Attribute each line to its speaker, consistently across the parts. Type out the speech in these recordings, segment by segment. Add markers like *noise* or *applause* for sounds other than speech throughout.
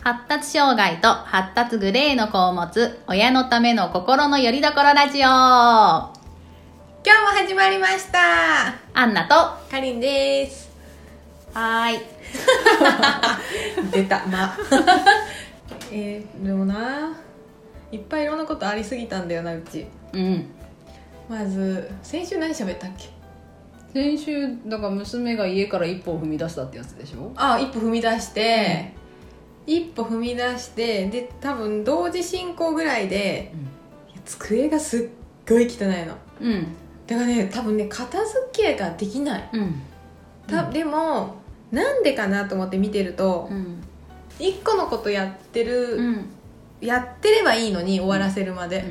Speaker 1: 発達障害と発達グレーの子を持つ親のための心の拠り所ラジオア
Speaker 2: 今日も始まりました
Speaker 1: ンナと
Speaker 2: かりんです
Speaker 1: はーい
Speaker 2: 出たま *laughs* えー、でもないっぱいいろんなことありすぎたんだよなうち
Speaker 1: うん
Speaker 2: まず先週何喋ったっけ
Speaker 1: 先週だから娘が家から一歩を踏み出したってやつでしょ
Speaker 2: あ一歩踏み出して、一歩踏み出してで多分同時進行ぐらいでいや机がすっごい汚いの
Speaker 1: うん
Speaker 2: だからね多分ね片付けができない
Speaker 1: うん
Speaker 2: た、でもなんでかなと思って見てると
Speaker 1: うん
Speaker 2: 一個のことやってる、
Speaker 1: うん
Speaker 2: やってればいいのに終わらせるまで、はっ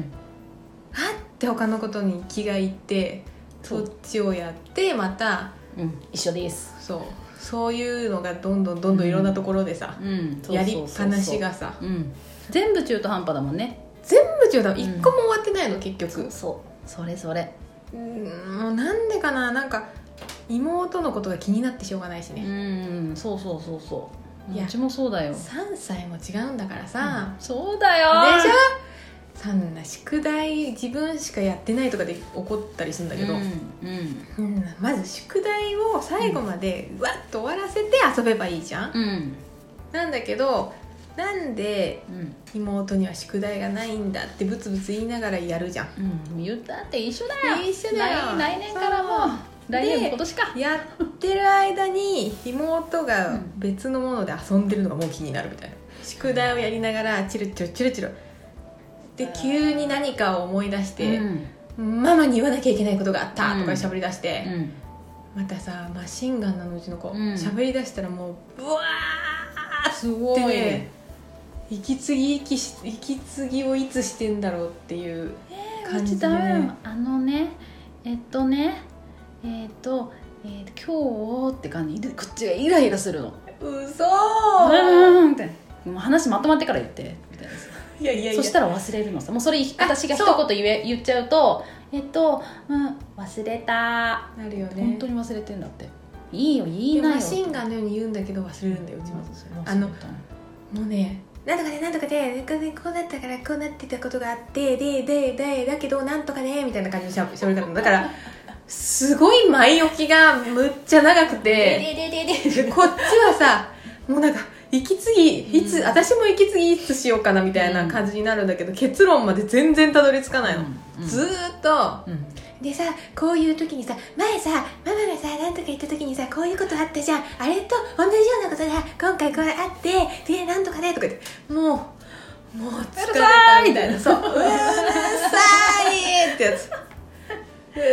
Speaker 2: て他のことに気がいって
Speaker 1: そ
Speaker 2: そうっちをやってまた
Speaker 1: うん一緒です
Speaker 2: そうそういうのがどんどんどんどんいろんなところでさ、
Speaker 1: うん
Speaker 2: やりっぱなしがさ
Speaker 1: うん全部中途半端だもんね
Speaker 2: 全部中断
Speaker 1: ん
Speaker 2: 一個も終わってないの結局
Speaker 1: そうそれそれ
Speaker 2: うんもうなんでかななんか妹のことが気になってしょうがないし
Speaker 1: う
Speaker 2: ね、
Speaker 1: んそうそうそうそう
Speaker 2: いや
Speaker 1: うちもそうだよ
Speaker 2: 3歳も違うんだからさ、
Speaker 1: そうだ
Speaker 2: でしょそんな宿題自分しかやってないとかで怒ったりするんだけど、
Speaker 1: うんうん
Speaker 2: うんまず宿題を最後までうわっと終わらせて遊べばいいじゃん、
Speaker 1: うん
Speaker 2: なんだけどなんで
Speaker 1: うん
Speaker 2: 妹には宿題がないんだってブツブツ言いながらやるじゃん
Speaker 1: うん言ったって一緒だよ
Speaker 2: 一緒だ
Speaker 1: 来
Speaker 2: よ
Speaker 1: 来年からも
Speaker 2: う
Speaker 1: 来年
Speaker 2: で
Speaker 1: も今年か
Speaker 2: やってる間に妹が別のもので遊んでるのがもう気になるみたいな宿題をやりながらチルチルチルチルで急に何かを思い出して
Speaker 1: う、ん
Speaker 2: ママに言わなきゃいけないことがあった
Speaker 1: うん
Speaker 2: とか喋り出して、
Speaker 1: うん
Speaker 2: またさマシンガンなのうちの子
Speaker 1: うん
Speaker 2: 喋、りだしたらもうブワー
Speaker 1: すごい
Speaker 2: ってね息継ぎ息し息継ぎをいつしてんだろうっていう
Speaker 1: う
Speaker 2: 感
Speaker 1: ち
Speaker 2: じ
Speaker 1: ダ
Speaker 2: でね、
Speaker 1: メだもんあのねえっとねえっとえっと今日って感じでこっちがイライラするの
Speaker 2: うそうー
Speaker 1: ーんってもう話まとまってから言ってみたいない
Speaker 2: やいやいや
Speaker 1: そしたら忘れるのさもうそれ
Speaker 2: あ
Speaker 1: 私が一
Speaker 2: そう
Speaker 1: 言言え言っちゃうとえっとうん忘れた
Speaker 2: なるよね
Speaker 1: 本当に忘れてんだっていいよ言
Speaker 2: で
Speaker 1: いなよ
Speaker 2: マシンガンのように言うんだけど忘れるんだようちも
Speaker 1: あ
Speaker 2: あ
Speaker 1: の
Speaker 2: のもうねなんとかでなんとかでこうねこうなったからこうなってたことがあってでででだけどなんとかねみたいな感じのしゃべり方だから *laughs* すごい前置きがむっちゃ長くて
Speaker 1: ででで
Speaker 2: でこっちはさもうなんか息継ぎい
Speaker 1: う
Speaker 2: つ、
Speaker 1: ん
Speaker 2: 私も息継ぎいつしようかなみたいな感じになるんだけど、結論まで全然たどり着かないの、
Speaker 1: うん
Speaker 2: ずーっ
Speaker 1: う
Speaker 2: と
Speaker 1: ん
Speaker 2: でさこういう時にさ前さママがさ何とか言った時にさこういうことあったじゃんあれと同じようなことが今回こうあってでなんとかねとか言ってもうもう疲れたみたいな *laughs* そううるさいってやつ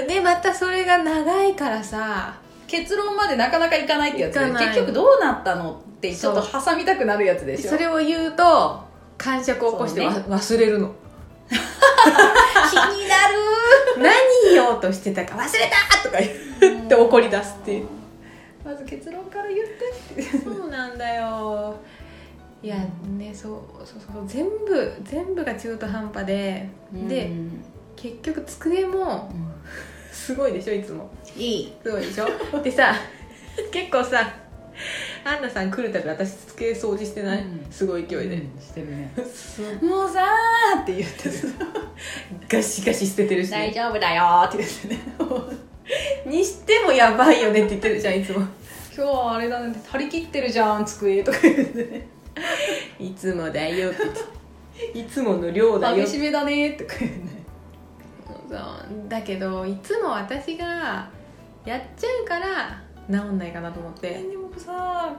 Speaker 2: でまたそれが長いからさ
Speaker 1: 結論までなかなかいかないってやつで
Speaker 2: いかない
Speaker 1: 結局どうなったのってちょ
Speaker 2: そ
Speaker 1: っ
Speaker 2: う
Speaker 1: と挟みたくなるやつでしょ
Speaker 2: それを言うと感触を起こしてわ、
Speaker 1: そう
Speaker 2: 忘れ *laughs* るの
Speaker 1: 気にな
Speaker 2: 何言おうとしてたか忘れたとか言って怒り出すっていう
Speaker 1: まず結論から言って
Speaker 2: そうなんだよいやねそうそうそう全部全部が中途半端で、
Speaker 1: で
Speaker 2: で結局机もすごいでしょいつも
Speaker 1: いい
Speaker 2: すごいでしょでさ結構さアンナさん来るたび私机掃除してない、
Speaker 1: うん
Speaker 2: すごい勢いで、
Speaker 1: してるね
Speaker 2: す
Speaker 1: もうさーって言ってる
Speaker 2: ガシガシ捨ててるしね、
Speaker 1: 大丈夫だよーって言ってね
Speaker 2: にしてもやばいよねって言ってるじゃんいつも
Speaker 1: *laughs* 今日はあれだね張り切ってるじゃん机とか言ってね
Speaker 2: いつもだよって言っていつも
Speaker 1: *laughs*
Speaker 2: の量だよ
Speaker 1: 激しめだねとか言ってね
Speaker 2: そうだけどいつも私がやっちゃうから治んないかなと思って
Speaker 1: でもさ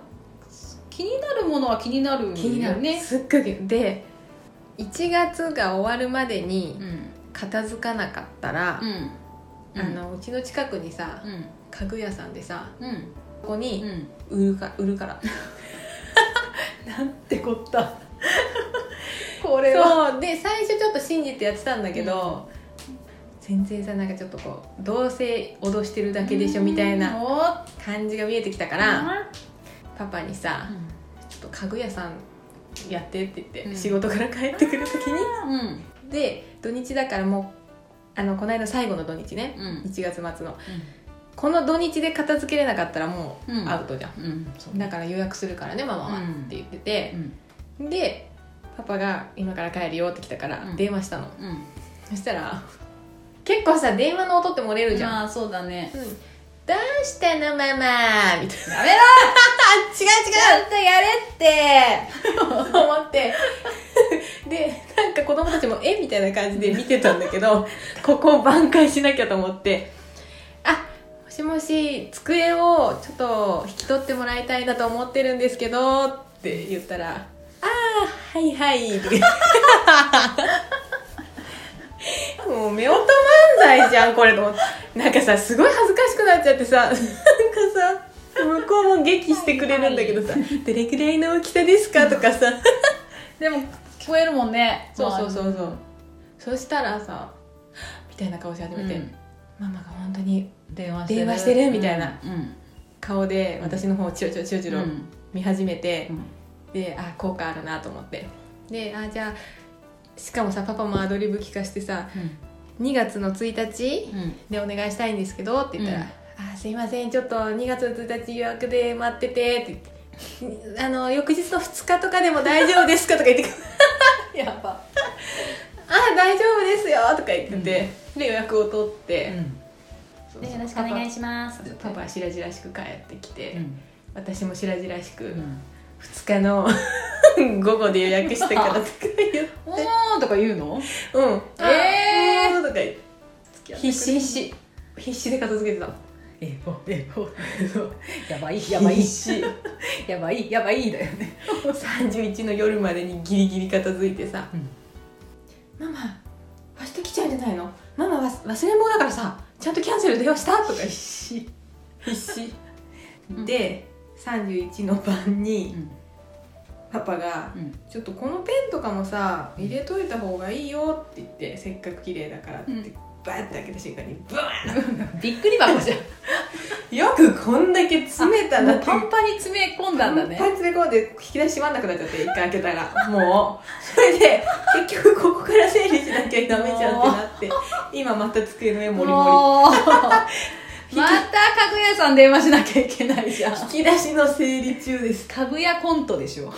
Speaker 1: 気になるものは気になるよね
Speaker 2: ねすっごい気にで1月が終わるまでに
Speaker 1: うん
Speaker 2: 片付かなかったら、
Speaker 1: うん
Speaker 2: あのうちの近くにさ
Speaker 1: うん
Speaker 2: 家具屋さんでさ
Speaker 1: うん
Speaker 2: ここ
Speaker 1: う
Speaker 2: に
Speaker 1: ん
Speaker 2: 売るか売るから
Speaker 1: なんてこったこれは
Speaker 2: そうで最初ちょっと信じてやってたんだけど、全然さなんかちょっとこうどうせ脅してるだけでしょみたいな
Speaker 1: おっ
Speaker 2: 感じが見えてきたからパパにさ、ちょっと家具屋さんやってって言って、
Speaker 1: うん
Speaker 2: 仕事から帰ってくる時に
Speaker 1: うん
Speaker 2: で土日だからもうあのこの間最後の土日ね
Speaker 1: うん
Speaker 2: 1月末のこの土日で片付けれなかったらもう
Speaker 1: うん
Speaker 2: アウトじゃん、
Speaker 1: うんそう
Speaker 2: だから予約するからねママは、
Speaker 1: うん
Speaker 2: って言ってて
Speaker 1: う、ん
Speaker 2: でパパが「今から帰るよ」って来たから
Speaker 1: うん
Speaker 2: 電話したの、
Speaker 1: うん
Speaker 2: そしたら結構さ電話の音って漏れるじゃん、
Speaker 1: まあそうだね
Speaker 2: うん、どうしたのママみたいな
Speaker 1: やめろ
Speaker 2: 「違う違うちょっとやれっ
Speaker 1: *laughs*
Speaker 2: て!」思ってでなんか子供たちも「えみたいな感じで見てたんだけどここを挽回しなきゃと思って「あもしもし机をちょっと引き取ってもらいたいなと思ってるんですけど」って言ったら「ああはいはい」ってもう夫婦漫才じゃんこれと思ってなんかさすごい恥ずかしくなっちゃってさなんかさ向こうも激してくれるんだけどさ「どれくらいの大きさですか?」とかさ
Speaker 1: でも聞こえるもんね
Speaker 2: そうそうそううそうそしたらさみたいな顔し始めて、
Speaker 1: うん
Speaker 2: ママが本当に
Speaker 1: 電話
Speaker 2: 電話してるみたいな
Speaker 1: うん
Speaker 2: 顔で私の方をチロチロチロチ
Speaker 1: う
Speaker 2: ロ
Speaker 1: ん
Speaker 2: 見始めて
Speaker 1: う、ん
Speaker 2: であ効果あるなと思ってであじゃあしかもさパパもアドリブ聞かしてさ2月の1日
Speaker 1: うん
Speaker 2: でお願いしたいんですけどって言ったら「
Speaker 1: うん
Speaker 2: あすいませんちょっと2月の1日予約で待ってて」って言って。あの翌日の2日とかでも大丈夫ですかとか言ってくるやばあ大丈夫ですよとか言ってて、で予約を取って、そうそう
Speaker 1: でよろしくお願いします
Speaker 2: パパパパは白々しく帰ってきて、
Speaker 1: うん
Speaker 2: 私も白々し
Speaker 1: う
Speaker 2: く
Speaker 1: ん
Speaker 2: 2日の *laughs* 午後で予約してからとか言って
Speaker 1: おーとか言うの
Speaker 2: 「うん
Speaker 1: あ
Speaker 2: ええー」とか言って
Speaker 1: 必
Speaker 2: 必
Speaker 1: 死必死
Speaker 2: 死必死必死で片付けてた
Speaker 1: 英語英語やばいやばい
Speaker 2: 必死
Speaker 1: やばいやばいだよね
Speaker 2: 31の夜までにギリギリ片付いてさ
Speaker 1: うん
Speaker 2: 「ママ明日来ちゃうんじゃないのママは忘れ物だからさちゃんとキャンセル電話した?」とか必死必死
Speaker 1: うん
Speaker 2: で31の晩
Speaker 1: う
Speaker 2: に
Speaker 1: ん
Speaker 2: パパが
Speaker 1: うん
Speaker 2: 「ちょっとこのペンとかもさ入れといた方がいいよ」って言ってせっかく綺麗だからって言って、
Speaker 1: う
Speaker 2: バーって開けた瞬間にブー
Speaker 1: びっくり箱じゃん
Speaker 2: ンよくこんだけ詰めたな
Speaker 1: もうパンパンに詰め込んだんだね
Speaker 2: パンパン詰め込んで引き出し閉まんなくなっちゃって一回開けたらもうそれで結局ここから整理しなきゃダメじゃんってなって今また机の上もりも
Speaker 1: もうまた家具屋さん電話しなきゃいけないじゃん
Speaker 2: り引き出しの整理中です
Speaker 1: 家具屋コントでしょ
Speaker 2: 本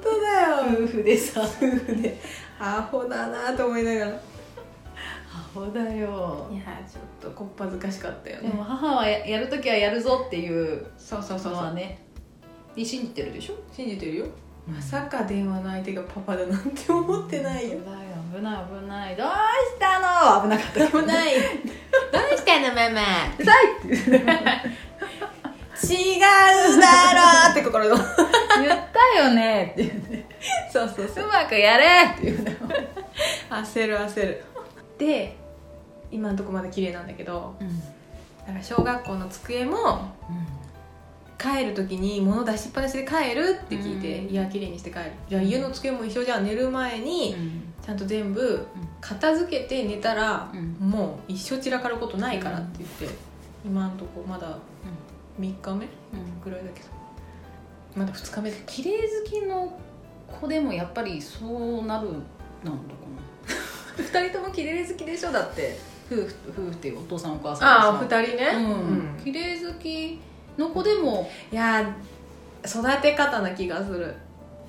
Speaker 2: 当だよ
Speaker 1: 夫婦でさ
Speaker 2: 夫婦でアホだなと思いながらいや
Speaker 1: アホだよ
Speaker 2: ちょっとこっぱずかしかったよ
Speaker 1: で
Speaker 2: ね
Speaker 1: も母はややるときはやるぞっていう
Speaker 2: そうそうそう
Speaker 1: の
Speaker 2: そ
Speaker 1: は
Speaker 2: う
Speaker 1: ねで信じてるでしょ
Speaker 2: 信じてるよまさか電話の相手がパパだなんて思ってないよ
Speaker 1: 危ない危ない危ないどうしたの危なかった
Speaker 2: 危 *laughs* ないどうしたのママ
Speaker 1: 痛いって言
Speaker 2: 違うだろうって心の
Speaker 1: ったよねって言って
Speaker 2: そうそうそう
Speaker 1: うまくやれって言うの
Speaker 2: 焦る焦るで今のとこまだ綺麗なんだけど
Speaker 1: うん
Speaker 2: だから小学校の机も帰る時に物出しっぱなしで帰るって聞いて、
Speaker 1: うん
Speaker 2: いや綺麗にして帰るじゃあ家の机も一緒じゃん寝る前にちゃんと全部片付けて寝たら、
Speaker 1: うん
Speaker 2: もう一生散らかることないからって言って、今のとこまだ3日目ぐらいだけどまだ2日目だ
Speaker 1: 綺麗好きの子でもやっぱりそうなるなんだかな二人とも綺麗好きでしょだって夫婦夫婦っていうお父さんお母さん
Speaker 2: ああ
Speaker 1: も
Speaker 2: 2
Speaker 1: さ
Speaker 2: 人ね、
Speaker 1: うん綺麗好きの子でも
Speaker 2: いやー育て方な気がする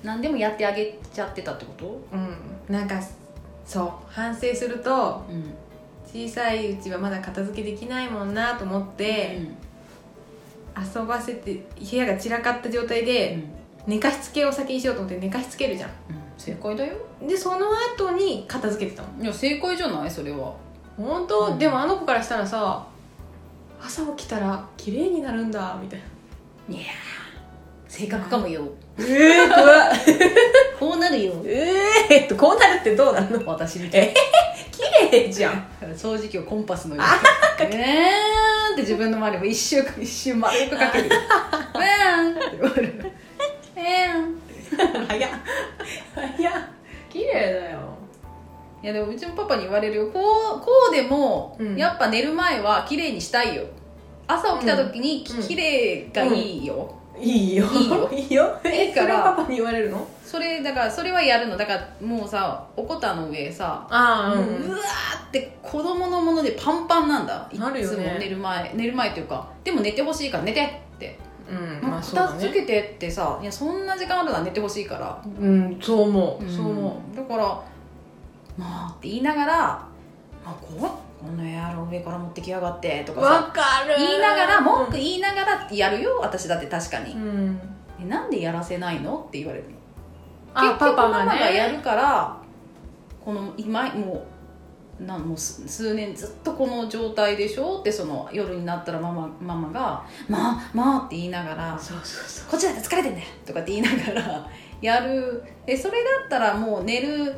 Speaker 1: 何でもやってあげちゃってたってこと
Speaker 2: うんなんかそう反省すると
Speaker 1: うん
Speaker 2: 小さいうちはまだ片付けできないもんなと思って、遊ばせて部屋が散らかった状態
Speaker 1: うんう
Speaker 2: で
Speaker 1: ん
Speaker 2: 寝かしつけを先にしようと思って寝かしつけるじゃん
Speaker 1: うん正解だよ
Speaker 2: でその後に片付けてたもん
Speaker 1: いや正解じゃないそれは
Speaker 2: 本当、
Speaker 1: うん
Speaker 2: でもあの子からしたらさ朝起きたら綺麗になるんだみたいない
Speaker 1: やー正確かもよ
Speaker 2: えー、怖っ
Speaker 1: *laughs* こうなるよ
Speaker 2: *laughs* えーっとこうなるってどうなの
Speaker 1: 私みたい
Speaker 2: 綺麗じゃん
Speaker 1: な掃除機をコンパスのようにねーって自分の周りも一周一周丸くかける *laughs* よわーんって言われるえーん
Speaker 2: 早っ早っ綺麗だよ
Speaker 1: いやでもうちのパパに言われるよこうこうでも、
Speaker 2: うん
Speaker 1: やっぱ寝る前は綺麗にしたいよ朝起きた時にき
Speaker 2: うん
Speaker 1: 綺麗、がいいよ、
Speaker 2: いいよ
Speaker 1: いいよ
Speaker 2: いいよ
Speaker 1: え
Speaker 2: え
Speaker 1: か
Speaker 2: それ
Speaker 1: ら
Speaker 2: パパに言われるの
Speaker 1: それだからそれはやるのだからもうさおこたの上さ
Speaker 2: あ
Speaker 1: もううわーって子供のものでパンパンなんだいつも
Speaker 2: なるよね
Speaker 1: 寝る前寝る前というかでも寝てほしいから寝てって「
Speaker 2: うん
Speaker 1: も
Speaker 2: ま
Speaker 1: う
Speaker 2: あそう
Speaker 1: 片
Speaker 2: だ
Speaker 1: 付
Speaker 2: ね
Speaker 1: けて」ってさ「いやそんな時間あるなら寝てほしいから
Speaker 2: うんそう思」う、そう思
Speaker 1: んだから「まあ」って言いながら「まあ、こうこの野郎上から持ってきやがって」と
Speaker 2: う
Speaker 1: かさ
Speaker 2: かる
Speaker 1: 言いながら文句言いながらやるよ私だって確かに
Speaker 2: う、ん
Speaker 1: えなんでやらせないのって言われるの
Speaker 2: あパパが
Speaker 1: ママがや
Speaker 2: ね
Speaker 1: るからこの今もうなんもう数数年ずっとこの状態でしょってその夜になったらママママが「まあまあ」って言いながら
Speaker 2: そうそうそう
Speaker 1: 「こっちだって疲れてんだよ」とかって言いながらやるでそれだったらもう寝る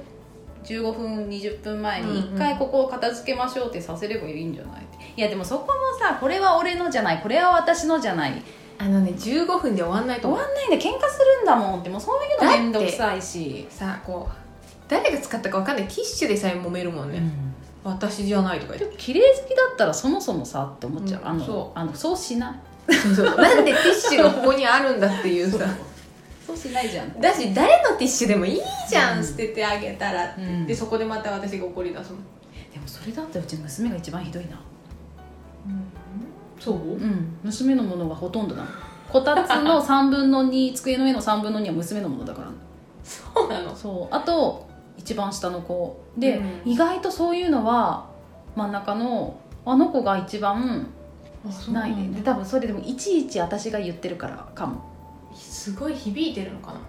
Speaker 1: 15分20分前に
Speaker 2: うんうん
Speaker 1: 1回ここを片付けましょうってさせればいいんじゃない、いやでもそこもさこれは俺のじゃないこれは私のじゃない
Speaker 2: あのね15分で終わんないと
Speaker 1: 終
Speaker 2: 思う
Speaker 1: わんないんで喧嘩するんだもんってもうそういうの面倒くさいし、
Speaker 2: さあこう誰が使ったかわかんないティッシュでさえ揉めるもん
Speaker 1: う
Speaker 2: ね、
Speaker 1: ん
Speaker 2: 私じゃないとか言
Speaker 1: で
Speaker 2: っ
Speaker 1: も綺麗好きだったらそもそもさって思っちゃう、
Speaker 2: うん
Speaker 1: あの
Speaker 2: そ
Speaker 1: そうあのそうしない
Speaker 2: てそう *laughs* なんでティッシュがここにあるんだっていうさ
Speaker 1: そうしないじゃん
Speaker 2: だし誰のティッシュでもいいじゃん、
Speaker 1: うん
Speaker 2: 捨ててあげたらって、
Speaker 1: うん
Speaker 2: でそこでまた私が怒り出すの、
Speaker 1: でもそれだったらうち娘が一番ひどいな
Speaker 2: そう、
Speaker 1: うん娘のものがほとんどなのこたつの3分の2机の上の3分の2は娘のものだから
Speaker 2: そうなの
Speaker 1: そうあと一番下の子で、
Speaker 2: うん
Speaker 1: 意外とそういうのは真ん中のあの子が一番ないねで多分それでもいちいち私が言ってるからかも
Speaker 2: すごい響いてるのかな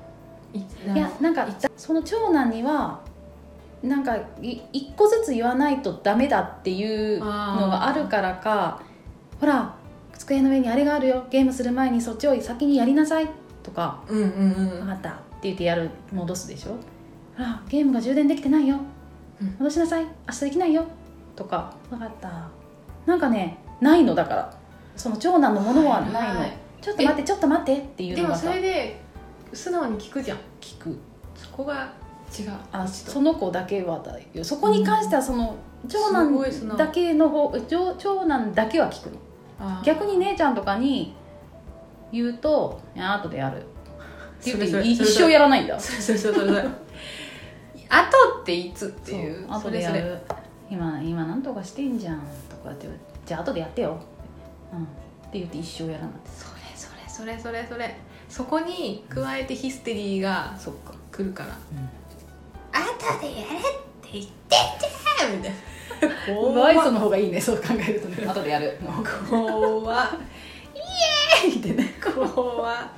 Speaker 2: い
Speaker 1: いやなんかその長男にはなんかい一個ずつ言わないとダメだっていうのがあるからかほら机の上にあれがあるよゲームする前にそっちを先にやりなさいとか
Speaker 2: うんうん
Speaker 1: 「
Speaker 2: う
Speaker 1: 分
Speaker 2: ん
Speaker 1: かった」って言ってやる戻すでしょ「ほらゲームが充電できてないよ
Speaker 2: うん
Speaker 1: 戻しなさい明日できないよ」とか「分かった」なんかねないのだからその長男のものはないの、
Speaker 2: はい
Speaker 1: ちょっと待ってちょっと待ってっていう
Speaker 2: で
Speaker 1: の
Speaker 2: も
Speaker 1: が
Speaker 2: そ
Speaker 1: さ
Speaker 2: れで素直に聞くじゃん
Speaker 1: 聞く
Speaker 2: そこが違う
Speaker 1: あその子だけはだよそこに関してはその、長
Speaker 2: すごい素
Speaker 1: 男
Speaker 2: 直
Speaker 1: だけの方長長男だけは聞くの
Speaker 2: あー
Speaker 1: 逆に姉ちゃんとかに言うと「いや後でやる」 *laughs* って言う
Speaker 2: そ
Speaker 1: と
Speaker 2: れそれ
Speaker 1: い
Speaker 2: それ
Speaker 1: 一生やらないんだ
Speaker 2: そうそうそうそうそう *laughs* あとっていつっていう
Speaker 1: 後でやる今今なんとかしてんじゃんとかって言うじゃあ後でやってよ、うん、って言って一生やらない
Speaker 2: それそれそれそれそれそれそこに加えてヒステリーが
Speaker 1: そっか、
Speaker 2: 来るから後でやれって言ってんじゃんみたいな
Speaker 1: う
Speaker 2: 怖
Speaker 1: ん、ワイソの方がいいねそう考えるとね後でやるの方が
Speaker 2: 怖
Speaker 1: いいってね
Speaker 2: 怖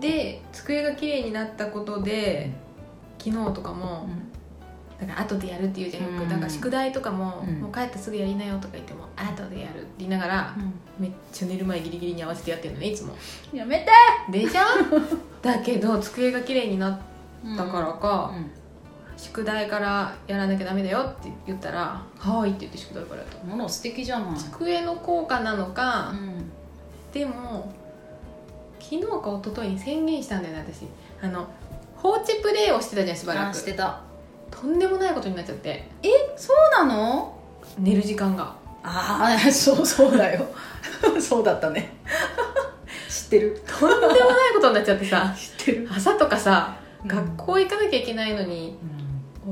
Speaker 2: で机が綺麗になったことで昨日とか
Speaker 1: う
Speaker 2: も
Speaker 1: ん
Speaker 2: だから後でやるって言うじゃんよ
Speaker 1: う
Speaker 2: く
Speaker 1: ん
Speaker 2: だから宿題とかも、
Speaker 1: うん
Speaker 2: もう帰ってすぐやりなよとか言っても後でやるって言いながら、めっちゃ寝る前ギリギリに合わせてやってるのねいつも
Speaker 1: やめて
Speaker 2: でしょ *laughs* だけど机が綺麗になっ
Speaker 1: だ
Speaker 2: たからか、
Speaker 1: うん
Speaker 2: 宿題からやらなきゃダメだよって言ったら「はーい」って言って宿題からやった
Speaker 1: もの素敵じゃない、
Speaker 2: 机の効果なのか、
Speaker 1: ん、
Speaker 2: でも昨日か一昨日に宣言したんだよね私あの放置プレイをしてたじゃんしばら
Speaker 1: あ
Speaker 2: く
Speaker 1: してた
Speaker 2: とんでもないことになっちゃって
Speaker 1: えそうなの
Speaker 2: 寝る時間が
Speaker 1: ああ *laughs* そうそうだよそうだったね *laughs* 知ってる *laughs*
Speaker 2: とんでもないことになっちゃってさ
Speaker 1: 知ってる
Speaker 2: 朝とかさ、
Speaker 1: 学
Speaker 2: 学
Speaker 1: 校、
Speaker 2: 校行かなきゃいけないのに
Speaker 1: うん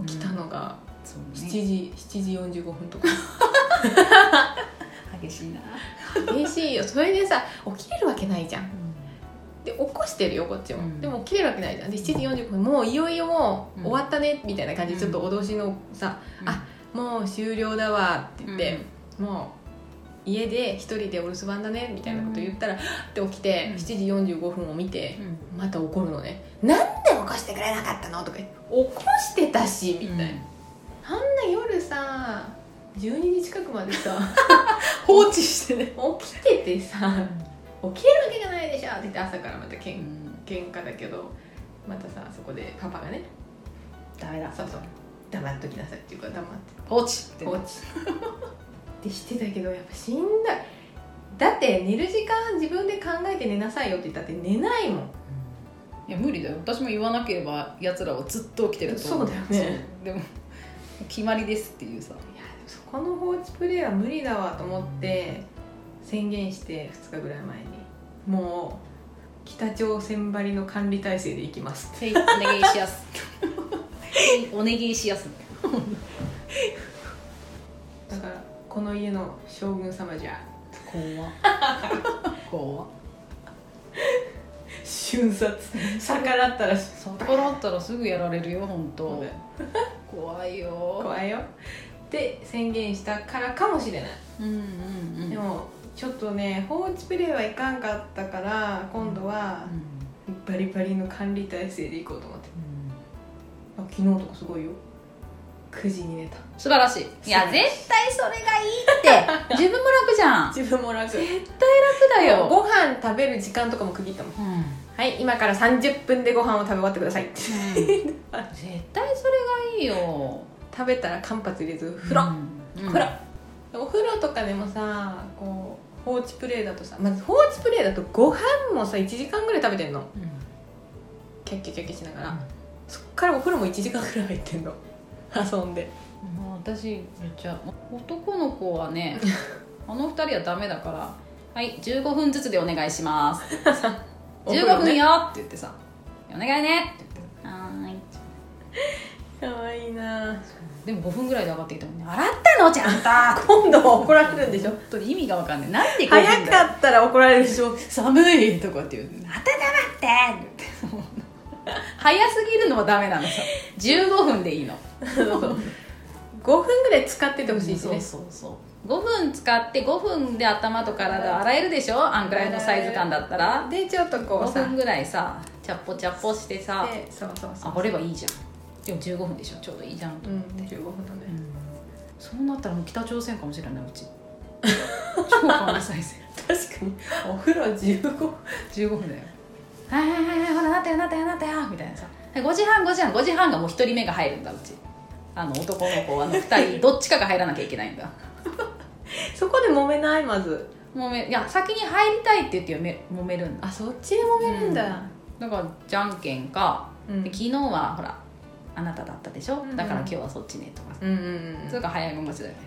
Speaker 2: 起きたのが
Speaker 1: そう
Speaker 2: 7
Speaker 1: ね
Speaker 2: 時、7時45分とか *laughs*
Speaker 1: 激しいな、
Speaker 2: 嬉しいよそれでさ起きれるわけないじゃんで起こしてるよこっちも、
Speaker 1: うん
Speaker 2: でも起きれるわけないじゃんで7時45分もういよいよもう
Speaker 1: うん
Speaker 2: 終わったねみたいな感じでちょっと脅しのさ、
Speaker 1: うん
Speaker 2: あもう終了だわって言って、
Speaker 1: で、
Speaker 2: もう家で一人でお留守番だねみたいなこと言ったら、って起きて
Speaker 1: うん
Speaker 2: 7時45分を見て
Speaker 1: う、ん
Speaker 2: また怒るのね「なんで起こしてくれなかったの?」とか言って「起こしてたし」みたいな、あんな夜さ12時近くまでさ *laughs*
Speaker 1: 放置してね、
Speaker 2: 起きててさ起きれるわけがないでしょって言って朝からまたけ
Speaker 1: うんん、
Speaker 2: 喧嘩だけどまたさそこでパパがね
Speaker 1: ダメだ
Speaker 2: そうそう黙っときなさいっていうから黙って。
Speaker 1: 放置って
Speaker 2: 放置ってしてたけどやっぱしんどいだって寝る時間自分で考えて寝なさいよって言ったって寝ないもん
Speaker 1: いや無理だよ私も言わなければ奴らはずっと起きてると思
Speaker 2: そうだよね
Speaker 1: そうでも決まりですっていうさ
Speaker 2: いやでもそこの放置プレイは無理だわと思って宣言して2日ぐらい前にもう北朝鮮ばりの管理体制で行きます
Speaker 1: はい、お願いしやす。 *laughs* お願いしやす。
Speaker 2: だから
Speaker 1: *laughs*
Speaker 2: この家の将軍様じゃ
Speaker 1: 怖。怖。
Speaker 2: 瞬 *laughs* 殺逆らったら
Speaker 1: 逆らったらすぐやられるよ本当
Speaker 2: そうだよ
Speaker 1: *laughs* 怖いよ
Speaker 2: 怖いよって宣言したからかもしれない、
Speaker 1: うんうんうん
Speaker 2: でもちょっとね放置プレイはいかんかったから今度は
Speaker 1: う
Speaker 2: バリバリの管理体制でいこうと思って
Speaker 1: ん
Speaker 2: あ昨日とかすごいよ9時に寝た
Speaker 1: 素晴らしいいや
Speaker 2: 素晴らしい
Speaker 1: 絶対それがいい *laughs* って自分も楽じゃん楽
Speaker 2: 自分も楽
Speaker 1: だよ、
Speaker 2: ご飯食べる時間とかも区切ったもん
Speaker 1: *laughs* うん、
Speaker 2: はい今から30分でご飯を食べ終わってください
Speaker 1: 絶対それがいいよ
Speaker 2: 食べたら間髪入れず風呂、
Speaker 1: うん
Speaker 2: 風呂お風呂とかでもさこう放置プレイだとさまず放置プレイだとご飯もさ1時間ぐらい食べてんの
Speaker 1: うん
Speaker 2: キャッキャキャッキャしながら、
Speaker 1: うん
Speaker 2: そっからお風呂も1時間ぐらい入ってんの *laughs* 遊んで
Speaker 1: もう私めっちゃ男の子はね *laughs* あの二人はダメだからはい15分ずつでお願いします *laughs*
Speaker 2: お風呂
Speaker 1: 15分
Speaker 2: ね
Speaker 1: よって言ってさ「お願いね」って言ってはーい
Speaker 2: かわいいな
Speaker 1: でも5分ぐらいで上がってきたもんね洗ったのちゃんと *laughs*
Speaker 2: 今度は怒られるんでしょ
Speaker 1: 本当に意味がわかんないなんで5分だよ
Speaker 2: 早かったら怒られるでしょ
Speaker 1: 寒いとかって言うまた黙ってって *laughs* 早すぎるのはダメなのさ15分でいい *laughs* の
Speaker 2: 5分ぐらい使っててほしいし
Speaker 1: そう
Speaker 2: ね
Speaker 1: そうそう5分使って5分で頭と体洗えるでしょあんくらいのサイズ感だったら
Speaker 2: でちょっとこう
Speaker 1: 5
Speaker 2: さ
Speaker 1: 分ぐらいさチャッポチャッポしてさ
Speaker 2: でそうそうそう
Speaker 1: あ掘ればいいじゃんでも15分でしょちょうどいいじゃんと
Speaker 2: う
Speaker 1: 思
Speaker 2: ん
Speaker 1: って、
Speaker 2: 15分だね
Speaker 1: うんそうなったらもう北朝鮮かもしれな *laughs* いうち超過の再生
Speaker 2: 確かにお風呂15分
Speaker 1: 15分だよはいはいはいはいほらなったよなったよなったよみたいなさはい5時半5時半5時半がもう1人目が入るんだうちあの男の子あの2人 *laughs* どっちかが入らなきゃいけないんだ
Speaker 2: *laughs* そこで揉めないまず
Speaker 1: もうめいや先に入りたいって言ってよめ揉めるんだ
Speaker 2: あそっちで揉めるんだ、
Speaker 1: だからじゃんけんか、
Speaker 2: うん
Speaker 1: で昨日はほらあなただったでしょ、
Speaker 2: うんうん
Speaker 1: だから今日はそっちねとかさ
Speaker 2: うんうんうん
Speaker 1: それが早いもん勝ちだよね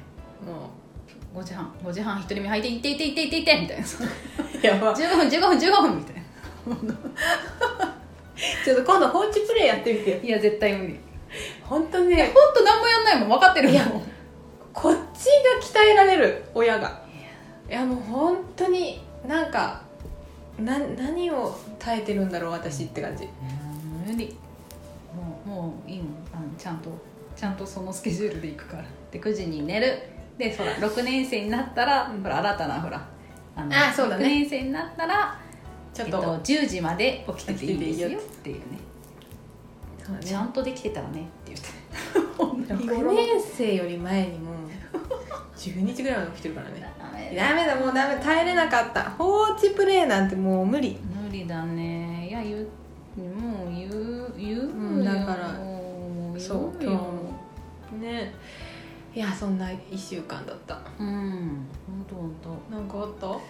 Speaker 2: も
Speaker 1: 5時半5時半1人目入っていっていっていっていっていってみ
Speaker 2: *laughs*
Speaker 1: たいなさ
Speaker 2: うやば
Speaker 1: 15分15分15分みたいな
Speaker 2: ちょっと今度放置プレイやってみてよ
Speaker 1: いや絶対無理
Speaker 2: 本当
Speaker 1: いや
Speaker 2: ね
Speaker 1: ほんと何もやんないもん分かってるもん
Speaker 2: いやこっちが鍛えられる親がいやもう本当になんかな何を耐えてるんだろう私って感じ
Speaker 1: 無理もうもういいもんあのちゃんとちゃんとそのスケジュールで行くからで9時に寝るでほら6年生になったら、
Speaker 2: うん
Speaker 1: ほら新たなほらあの
Speaker 2: あそうだね
Speaker 1: 6年生になったら、え
Speaker 2: ちょ
Speaker 1: っ
Speaker 2: っ
Speaker 1: と、
Speaker 2: と、
Speaker 1: 10時まで起きてていいです
Speaker 2: 起きてていい
Speaker 1: よ
Speaker 2: よ
Speaker 1: っていうね
Speaker 2: そうだね
Speaker 1: ちゃんとできてたらねって言
Speaker 2: *laughs*
Speaker 1: って
Speaker 2: 6年生より前にもう10日ぐらいまで起きてるからね
Speaker 1: ダメだ
Speaker 2: ダメだもうダメ耐えれなかった放置プレイなんてもう無理
Speaker 1: 無理だねいや言うもう言う言うよ、
Speaker 2: うんだから
Speaker 1: もう言うよ
Speaker 2: そう今日もねいやそんな1週間だった
Speaker 1: うん本当本
Speaker 2: なんかあった
Speaker 1: 当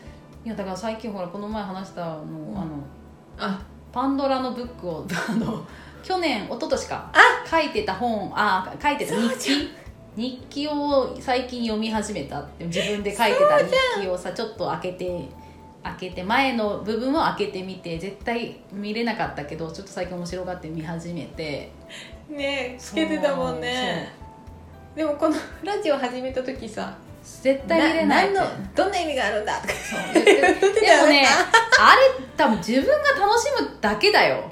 Speaker 1: いやだから最近ほらこの前話したの、あの
Speaker 2: あ
Speaker 1: パンドラのブックを *laughs* あの去年一昨年か書いてた本あ書いてた日記日記を最近読み始めたって自分で書いてた日記をさちょっと開けて開けて前の部分を開けてみて絶対見れなかったけどちょっと最近面白がって見始めて
Speaker 2: ねつけてたもんねでもこのラジオ始めた時さ
Speaker 1: 絶対見れないって
Speaker 2: な何のどんな意味があるんだとか *laughs*
Speaker 1: そう言って *laughs* で
Speaker 2: 言ってた
Speaker 1: も
Speaker 2: よ *laughs*
Speaker 1: ねあれ多分自分が楽しむだけだよ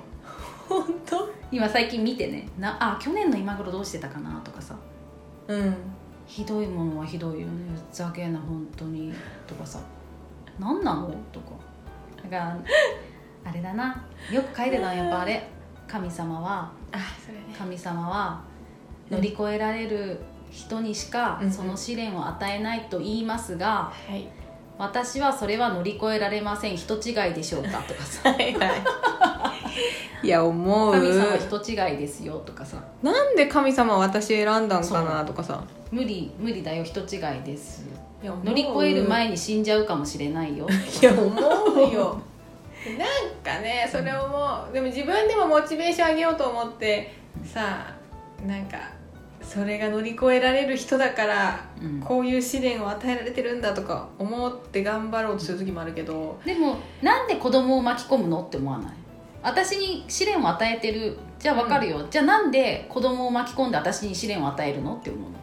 Speaker 2: 本当
Speaker 1: 今最近見てねなあ去年の今頃どうしてたかなとかさ
Speaker 2: うん
Speaker 1: ひどいものはひどいよねふざけんな本当にとかさ何なのとかだからあれだなよく書いてたのやっぱあれ神様は
Speaker 2: あそれね
Speaker 1: 神様は乗り越えられる人にしか
Speaker 2: うん
Speaker 1: その試練を与えないと言いますが
Speaker 2: はい
Speaker 1: 私はそれは乗り越えられません人違いでしょうかとか
Speaker 2: *laughs*
Speaker 1: さ
Speaker 2: はいは
Speaker 1: *laughs*
Speaker 2: いいや思う
Speaker 1: 神様は人違いですよとかさ
Speaker 2: なんで神様は私選んだんかなとかさ
Speaker 1: 無理無理だよ人違いです乗
Speaker 2: 乗
Speaker 1: り越える前に死んじゃうかもしれないよ
Speaker 2: いや思
Speaker 1: *laughs*
Speaker 2: うよなんかねそれをもうでも自分でもモチベーション上げようと思ってさなんかそれが乗り越えられる人だから、
Speaker 1: うん
Speaker 2: こういう試練を与えられてるんだとか思って頑張ろうとする時もあるけど
Speaker 1: でもなんで子供を巻き込むのって思わない私に試練を与えてるじゃあわかるよ、じゃあなんで子供を巻き込んで私に試練を与えるのって思うの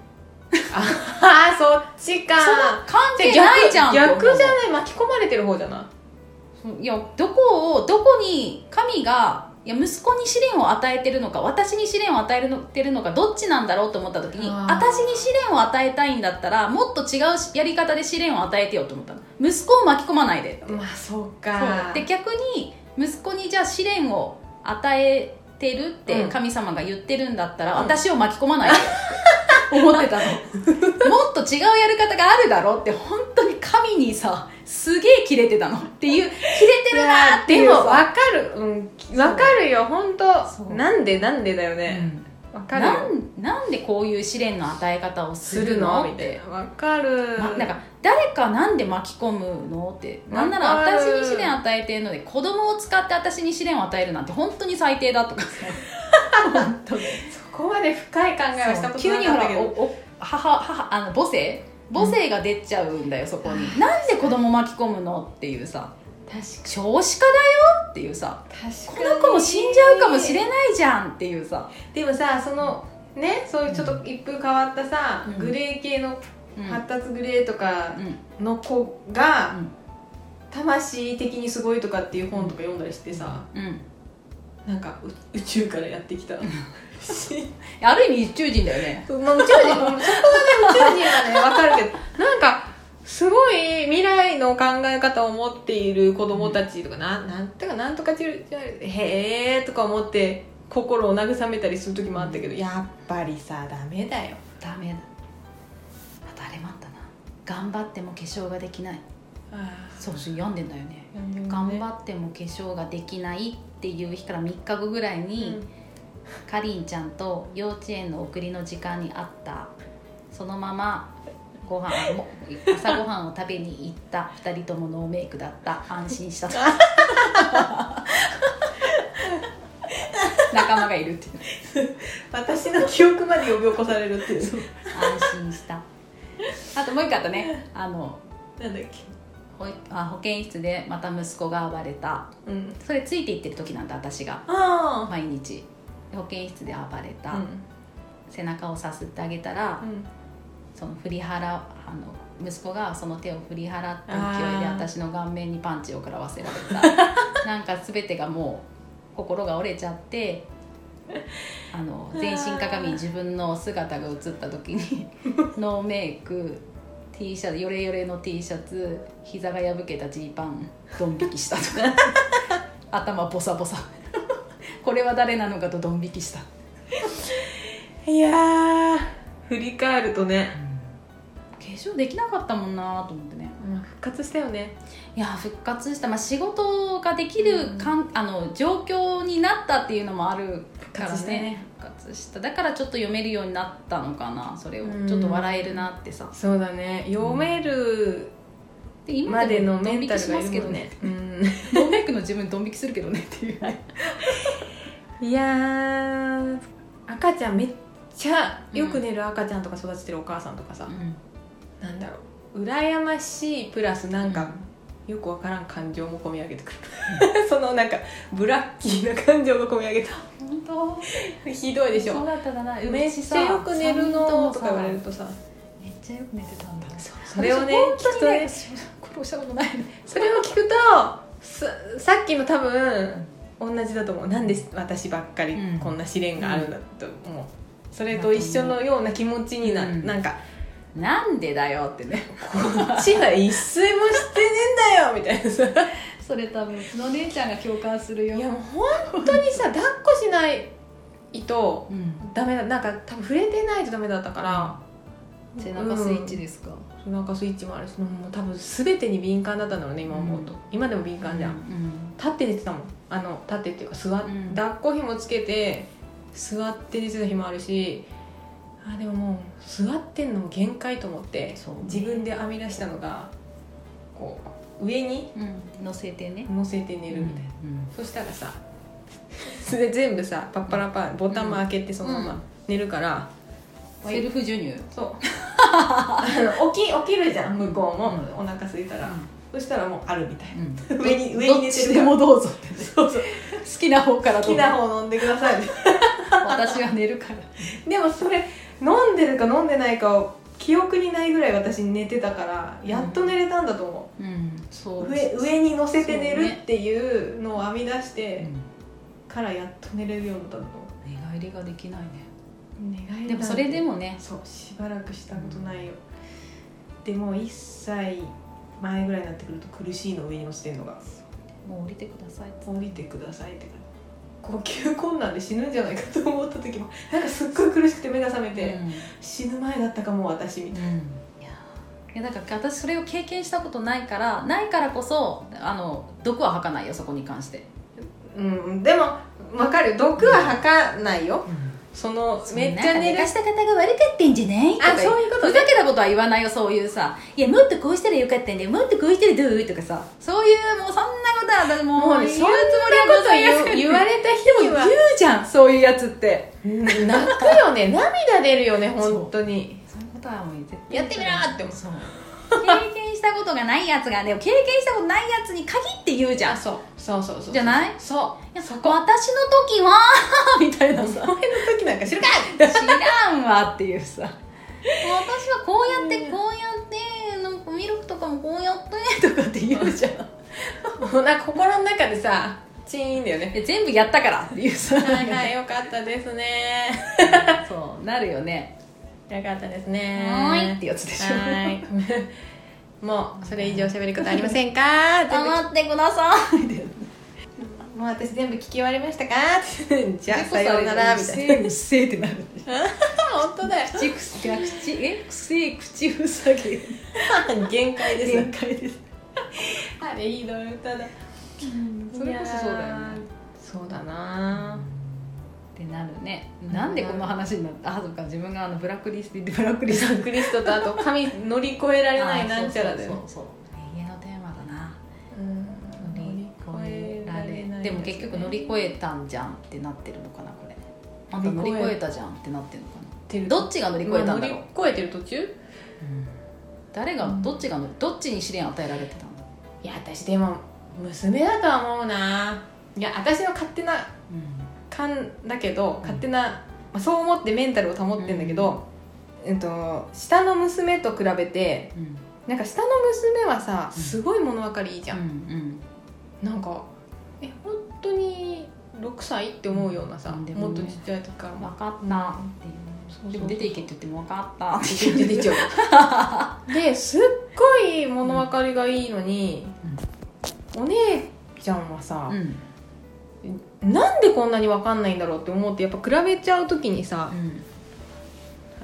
Speaker 2: ああそっちか
Speaker 1: その関係
Speaker 2: じゃあ
Speaker 1: ないじゃん
Speaker 2: 逆
Speaker 1: って思う
Speaker 2: 逆じゃない巻き込まれてる方じゃない
Speaker 1: いやどこをどこに神がいや息子に試練を与えてるのか私に試練を与えるのてるのかどっちなんだろうと思った時に
Speaker 2: あー
Speaker 1: 私に試練を与えたいんだったらもっと違うやり方で試練を与えてよと思ったの息子を巻き込まないで
Speaker 2: まあそう
Speaker 1: そ
Speaker 2: か
Speaker 1: うで逆に息子にじゃあ試練を与えてるって
Speaker 2: うん
Speaker 1: 神様が言ってるんだったら、
Speaker 2: うん
Speaker 1: 私を巻き込まないで *laughs* 思ってたのもっと違うやり方があるだろうって本当に神にさすげえキレてたのっていうキレてるなーって
Speaker 2: で
Speaker 1: いう
Speaker 2: も
Speaker 1: さ
Speaker 2: わかるうんわかるよ本
Speaker 1: そ
Speaker 2: 当
Speaker 1: う
Speaker 2: なんでなんでだよ
Speaker 1: う
Speaker 2: ね
Speaker 1: ん
Speaker 2: わかるよ
Speaker 1: なんなんでこういう試練の与え方をす
Speaker 2: す
Speaker 1: る
Speaker 2: る
Speaker 1: の
Speaker 2: の
Speaker 1: っ
Speaker 2: みたい
Speaker 1: て
Speaker 2: なわかる
Speaker 1: まなんか誰かなんで巻き込むのってなんなら
Speaker 2: わかる
Speaker 1: 私に試練与えてるので子供を使って私に試練を与えるなんて本当に最低だとかさ本当に *laughs*
Speaker 2: そこまで深い考えはしたこと
Speaker 1: 急
Speaker 2: な
Speaker 1: に
Speaker 2: か
Speaker 1: ほ
Speaker 2: った
Speaker 1: ら
Speaker 2: け
Speaker 1: お
Speaker 2: ど
Speaker 1: お母母あの母性母性が出ちゃうんだよ、そこになんで子供巻き込むのっていうさ
Speaker 2: 確
Speaker 1: 少子化だよっていうさこ
Speaker 2: かに
Speaker 1: の子も死んじゃうかもし
Speaker 2: ん
Speaker 1: れないじゃんっていうさ、
Speaker 2: でもさそのねそういうちょっと一風変わったさ、
Speaker 1: うん
Speaker 2: グレー系の
Speaker 1: うん
Speaker 2: 発達グレーとか
Speaker 1: うん
Speaker 2: の子
Speaker 1: う
Speaker 2: が、
Speaker 1: ん
Speaker 2: 魂的にすごいとかっていう本とか読んだりしてさ
Speaker 1: うん、
Speaker 2: なんかう宇宙からやってき *laughs* たし
Speaker 1: ある意味一中人だよね
Speaker 2: まあ宇宙人もうそこはね宇宙人は *laughs* ねわかるけどなんかすごい未来の考え方を持っている子供たちとかなんなんとかなんとかちゅじゃないへえとか思って心を慰めたりする時もあったけどやっぱりさダメだよ
Speaker 1: ダメだあとあれもあったな頑張っても化粧ができないそうそう読んでんだよね頑張っても化粧ができないっていう日から3日後ぐらいに、かりんちゃんと幼稚園の送りの時間に会ったそのままご飯も朝ごはんを食べに行った2人ともノーメイクだった安心 *laughs* した仲間がいるっていう
Speaker 2: 私の記憶まで呼び起こされるっていう
Speaker 1: 安心したあともう一個あったねあの
Speaker 2: なんだっけ
Speaker 1: 保あ保健室でまた息子が暴れた
Speaker 2: うん
Speaker 1: それついていってる時なんだ私が
Speaker 2: あ
Speaker 1: 毎日保健室で暴れた、
Speaker 2: あ
Speaker 1: 背中をさすってあげたら
Speaker 2: う、ん
Speaker 1: その振り払うあの息子がその手を振り払った勢いで
Speaker 2: あー
Speaker 1: 私の顔面にパンチを食らわせられたなんか全てがもう心が折れちゃってあの全身鏡に自分の姿が映った時にノーメイク T シャツヨレヨレの T シャツ膝が破けたジーパンドン引きしたとか頭ボサボサこれは誰なのかとドン引きした
Speaker 2: いやー振り返るとね、
Speaker 1: 化粧できなかったもんなと思ってね
Speaker 2: まあ復活したよね
Speaker 1: いや復活した、まあ、仕事ができるかん、あの状況になったっていうのもあるからね
Speaker 2: 復活したね
Speaker 1: 復活しただからちょっと読めるようになったのかなそれを、
Speaker 2: うん
Speaker 1: ちょっと笑えるなってさ
Speaker 2: そうだね読める
Speaker 1: で今
Speaker 2: までの
Speaker 1: ド
Speaker 2: メ
Speaker 1: ン
Speaker 2: ン
Speaker 1: 引
Speaker 2: タ
Speaker 1: き
Speaker 2: ル
Speaker 1: し
Speaker 2: が
Speaker 1: ま
Speaker 2: い
Speaker 1: す
Speaker 2: る
Speaker 1: けど
Speaker 2: もんね
Speaker 1: ね
Speaker 2: うん
Speaker 1: ドンメイクの自分ドン引きするけどねっていう
Speaker 2: *laughs* いやー赤ちゃんめっちゃよく寝る赤ちゃんとか育ててるお母さんとかさ、なんだろう羨ましいプラスなんか、よくわからん感情も込み上げてくる *laughs* そのなんかブラッキーな感情が込み上げた
Speaker 1: 本当
Speaker 2: ひどいでしょ
Speaker 1: だっただな
Speaker 2: めっちゃよく寝るのとか言われるとさ
Speaker 1: めっちゃよく寝てたんだそ
Speaker 2: それをね
Speaker 1: 本
Speaker 2: きっ
Speaker 1: 当
Speaker 2: と
Speaker 1: に
Speaker 2: ね
Speaker 1: ね苦労したことない
Speaker 2: *laughs*
Speaker 1: ね
Speaker 2: それを聞くとささっきの多分同じだと思うなんで私ばっかり
Speaker 1: うん
Speaker 2: こんな試練があるんだと思う、それと一緒のような気持ちに
Speaker 1: う
Speaker 2: な,、
Speaker 1: ん
Speaker 2: なんか
Speaker 1: なんでだよってね
Speaker 2: こっちは一睡もしてねえんだよみたいなさい
Speaker 1: それ多分うちの姉ちゃんが共感するよ
Speaker 2: やもう本当にさ抱っこしないと
Speaker 1: うん
Speaker 2: ダメだなんか多分触れてないとダメだったから
Speaker 1: 背中スイッチですか、
Speaker 2: 背中スイッチもあるしもう多分全てに敏感だったんだろうね今思うと、
Speaker 1: うん
Speaker 2: 今でも敏感じゃん、
Speaker 1: うん
Speaker 2: 立って寝てたもんあの立ってっていうか座っ、
Speaker 1: うん
Speaker 2: 抱っこひもつけて座って寝てた日もあるしあでももう座ってんのも限界と思って
Speaker 1: そう
Speaker 2: 自分で編み出したのがこう上に
Speaker 1: 乗せてね
Speaker 2: 乗せて寝るみたいな、
Speaker 1: うん
Speaker 2: そしたらさそれ全部さパッパラパーボタンも開けてそのまま寝るから、
Speaker 1: セルフ授乳
Speaker 2: そうあの起き起きるじゃん向こうも、お腹空いたら、そしたらもうあるみたいな上に上に
Speaker 1: ど
Speaker 2: 寝
Speaker 1: ってち
Speaker 2: る
Speaker 1: で
Speaker 2: から
Speaker 1: もどうぞって
Speaker 2: そうそ
Speaker 1: 好
Speaker 2: う
Speaker 1: きな方から
Speaker 2: 好
Speaker 1: どう
Speaker 2: き
Speaker 1: ぞ
Speaker 2: な方飲んでくださいみたいな
Speaker 1: 私が寝るから
Speaker 2: でもそれ飲んでるか飲んでないかを記憶にないぐらい私寝てたからやっと寝れたんだと思、
Speaker 1: うんそうう
Speaker 2: 上上に乗せて寝るっていうのを編み出して
Speaker 1: うん
Speaker 2: からやっと寝れるようになったんだと思
Speaker 1: 寝返りができないね
Speaker 2: う願い
Speaker 1: でもそれでもね
Speaker 2: そうしばらくしたことないよ、でも1歳前ぐらいになってくると苦しいの上に乗せてるのが
Speaker 1: もう降りてくださいって
Speaker 2: 降りてくださいって感じ呼吸困難で死ぬんじゃないかと思った時もなんかすっごい苦しくて目が覚めて、
Speaker 1: うん
Speaker 2: 死ぬ前だったかも私みたい
Speaker 1: いやいやだから私それを経験したことないからないからこそあの毒は吐かないよそこに関して、
Speaker 2: な、うん、でも分かる毒は吐かないよそのめっちゃ寝る
Speaker 1: かした方が悪かったんじゃない
Speaker 2: あそういうこと
Speaker 1: ふざけたことは言わないよそういうさ「いやもっとこうしたらよかったんだよもっとこうしたらどう?」とかさそういうもうそんなことはもう
Speaker 2: もうね
Speaker 1: 言うつもりはございません
Speaker 2: 言われた人
Speaker 1: でも
Speaker 2: は
Speaker 1: 言うじゃんそういうやつって
Speaker 2: 泣くよね涙出るよね
Speaker 1: そう
Speaker 2: 本当に
Speaker 1: そういうことはもう絶対
Speaker 2: やってみろーって思う
Speaker 1: そう経験したことがないやつがでも経験したことないやつに限って言うじゃん
Speaker 2: そうそうそうそう
Speaker 1: じゃない
Speaker 2: そ
Speaker 1: いやそこ私の時は *laughs* みたいな
Speaker 2: う
Speaker 1: さ
Speaker 2: その時なんか知るか
Speaker 1: 知らんわっていうさ私はこうやって
Speaker 2: うん
Speaker 1: こうやってなんかミルクとかもこうやってとかって言うじゃん *laughs* い
Speaker 2: もうなんか *laughs* 心の中でさチーンだよね
Speaker 1: や全部やったからっていうさ
Speaker 2: はいはいよかったですね
Speaker 1: *laughs* そうなるよね
Speaker 2: よかったです
Speaker 1: は
Speaker 2: ね
Speaker 1: ーいってやつでしょ
Speaker 2: はーいもうそれ以上喋ることありませんか全部
Speaker 1: 黙ってくださいって
Speaker 2: もう私全部聞き終わりましたか *laughs* じゃあさようならみたいな
Speaker 1: なうっせえってなる
Speaker 2: *laughs* 本当だよ
Speaker 1: 口くせえ口えくせえ口ふさげ
Speaker 2: 限界で
Speaker 1: *laughs*
Speaker 2: す
Speaker 1: 限界です
Speaker 2: あれいいの歌だ
Speaker 1: それこそそうだよね
Speaker 2: そうだな
Speaker 1: ってなるねなんでこの話になったあそうか自分があのブラックリストブラックリスト *laughs*
Speaker 2: ザクリストとあと神乗り越えられないなんちゃらだよ
Speaker 1: そう
Speaker 2: ね
Speaker 1: そうそう永遠のテーマだな
Speaker 2: うん
Speaker 1: 乗り越えられでも結局乗り越えたんじゃんってなってるのかなこれあんた乗り越えたじゃんってなってるのかな
Speaker 2: てる
Speaker 1: どっちが乗り越えたんだろう、
Speaker 2: まあ乗り越えてる途中
Speaker 1: 誰がどっちが乗りどっちに試練与えられてたんだろ
Speaker 2: いや私でも娘だとは思うないや私の勝手な
Speaker 1: う、
Speaker 2: 勘だけど勝手な、まあ、そう思ってメンタルを保ってんだけど、えっと、下の娘と比べて
Speaker 1: うんうん
Speaker 2: なんか下の娘はさ
Speaker 1: うん
Speaker 2: すごい物分かりいいじゃん、
Speaker 1: うん
Speaker 2: なんかえ本当に6歳って思うようなさ、
Speaker 1: うんでも
Speaker 2: もっ
Speaker 1: ね
Speaker 2: とちっちゃい時から
Speaker 1: うん、
Speaker 2: も
Speaker 1: 分かったっていう
Speaker 2: そうそう
Speaker 1: でも出ていけって言っても分かったって
Speaker 2: 出て出ちゃ *laughs* うですっごい物分かりがいいのに、お姉ちゃんはさ、
Speaker 1: うん、うん
Speaker 2: なんでこんなに分かんないんだろうって思ってやっぱ比べちゃう時にさ、